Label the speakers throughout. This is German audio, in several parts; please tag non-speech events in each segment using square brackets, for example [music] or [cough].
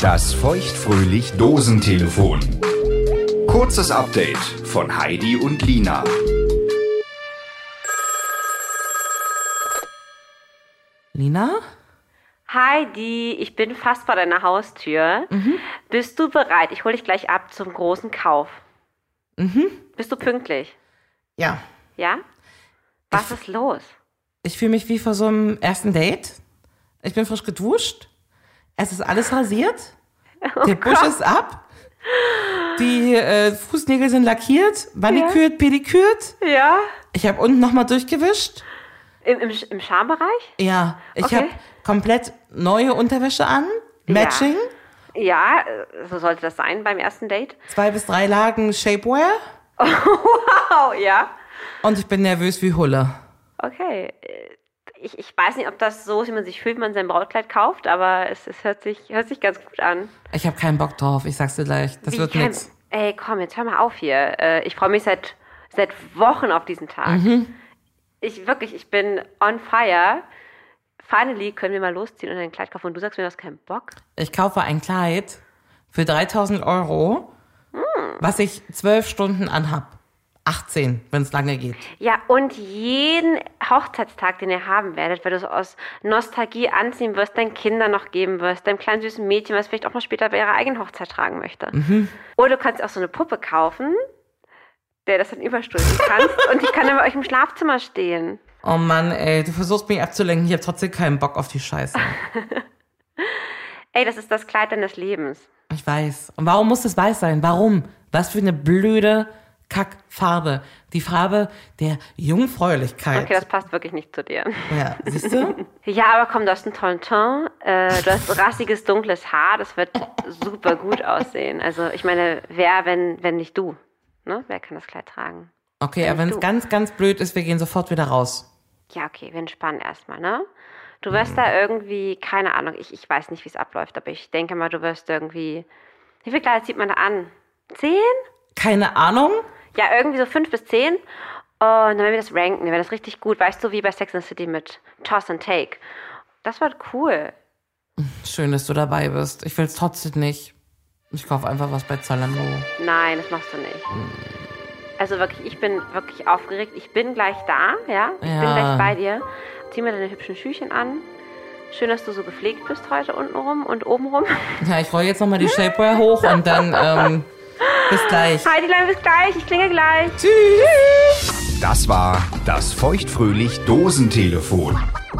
Speaker 1: Das feuchtfröhlich Dosentelefon. Kurzes Update von Heidi und Lina.
Speaker 2: Lina?
Speaker 3: Heidi, ich bin fast vor deiner Haustür. Bist du bereit? Ich hole dich gleich ab zum großen Kauf. Bist du pünktlich?
Speaker 2: Ja.
Speaker 3: Ja? Was ist los?
Speaker 2: Ich fühle mich wie vor so einem ersten Date. Ich bin frisch geduscht. Es ist alles rasiert.
Speaker 3: Oh
Speaker 2: Der Busch ist ab. Die äh, Fußnägel sind lackiert, manikürt, pedikürt.
Speaker 3: Ja?
Speaker 2: Ich habe unten nochmal durchgewischt.
Speaker 3: Im, im, Sch- im Schambereich?
Speaker 2: Ja, ich
Speaker 3: Okay.
Speaker 2: habe komplett neue Unterwäsche an. Matching.
Speaker 3: Ja, äh, so sollte das sein beim ersten Date.
Speaker 2: Zwei bis drei Lagen Shapewear.
Speaker 3: Oh, ja.
Speaker 2: Und ich bin nervös wie Hulle.
Speaker 3: Okay. Äh, Ich, ich weiß nicht, ob das so ist, wie man sich fühlt, wenn man sein Brautkleid kauft, aber es, es hört, sich, hört sich ganz gut an.
Speaker 2: Ich habe keinen Bock drauf, ich sag's dir gleich. Das
Speaker 3: Wie
Speaker 2: wird
Speaker 3: kann-
Speaker 2: nix.
Speaker 3: Ey, komm, jetzt hör mal auf hier. Äh, Ich freue mich seit, seit Wochen auf diesen Tag.
Speaker 2: Mhm.
Speaker 3: Ich wirklich, ich bin on fire. Finally können wir mal losziehen und ein Kleid kaufen. Und du sagst mir, du hast keinen Bock.
Speaker 2: Ich kaufe ein Kleid für 3000 Euro, was ich zwölf Stunden anhab. 18, wenn es lange geht.
Speaker 3: Ja, und jeden Hochzeitstag, den ihr haben werdet, weil du es aus Nostalgie anziehen wirst, deinen Kindern noch geben wirst, deinem kleinen süßen Mädchen, was vielleicht auch mal später bei ihrer eigenen Hochzeit tragen möchte.
Speaker 2: Mhm.
Speaker 3: Oder du kannst auch so eine Puppe kaufen, der das dann überstülpen
Speaker 2: [laughs]
Speaker 3: kannst. und die kann dann bei euch im Schlafzimmer stehen.
Speaker 2: Oh Mann, ey, du versuchst mich abzulenken, ich habe trotzdem keinen Bock auf die Scheiße.
Speaker 3: Ey, das ist das Kleid deines Lebens.
Speaker 2: Ich weiß. Und warum muss es weiß sein? Warum? Was für eine blöde Kackfarbe. Die Farbe der Jungfräulichkeit.
Speaker 3: Okay, das passt wirklich nicht zu dir. [laughs]
Speaker 2: ja, siehst du?
Speaker 3: Ja, aber komm, du hast einen tollen Ton. Äh, du hast rassiges, dunkles Haar. Das wird super gut aussehen. Also, ich meine, wer, wenn, wenn nicht du? Ne? Wer kann das Kleid tragen?
Speaker 2: Okay,
Speaker 3: [laughs]
Speaker 2: aber wenn es
Speaker 3: du.
Speaker 2: ganz, ganz blöd ist, wir gehen sofort wieder raus.
Speaker 3: Ja, okay, wir entspannen erstmal, ne? Du wirst da irgendwie, keine Ahnung, ich, ich weiß nicht, wie es abläuft, aber ich denke mal, du wirst irgendwie. Wie viel Kleider zieht man da an? Zehn?
Speaker 2: Keine Ahnung.
Speaker 3: Ja, irgendwie so fünf bis zehn. Und dann werden wir das ranken, dann wäre das richtig gut. Weißt du, wie bei Sex and the City mit Toss and Take. Das wird cool.
Speaker 2: Schön, dass du dabei bist. Ich will's trotzdem nicht. Ich kaufe einfach was bei Zalando.
Speaker 3: Nein, das machst du nicht. Also wirklich, ich bin wirklich aufgeregt. Ich bin gleich da, ja? Ich bin
Speaker 2: Ja.
Speaker 3: gleich bei dir. Zieh mir deine hübschen Schüchen an. Schön, dass du so gepflegt bist heute untenrum und obenrum. [laughs]
Speaker 2: Ja, ich roll jetzt nochmal die Shapewear hoch und dann ähm, bis gleich.
Speaker 3: Heidi, Lein, bis gleich. Ich klinge gleich.
Speaker 1: Das war das feuchtfröhlich Dosentelefon.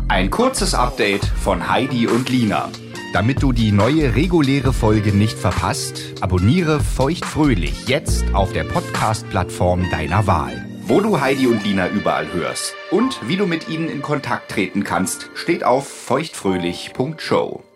Speaker 1: Ein kurzes Update von Heidi und Lina. Damit du die neue reguläre Folge nicht verpasst, abonniere feuchtfröhlich jetzt auf der Podcast-Plattform deiner Wahl. Wo du Heidi und Lina überall hörst und wie du mit ihnen in Kontakt treten kannst, steht auf feuchtfröhlich.show.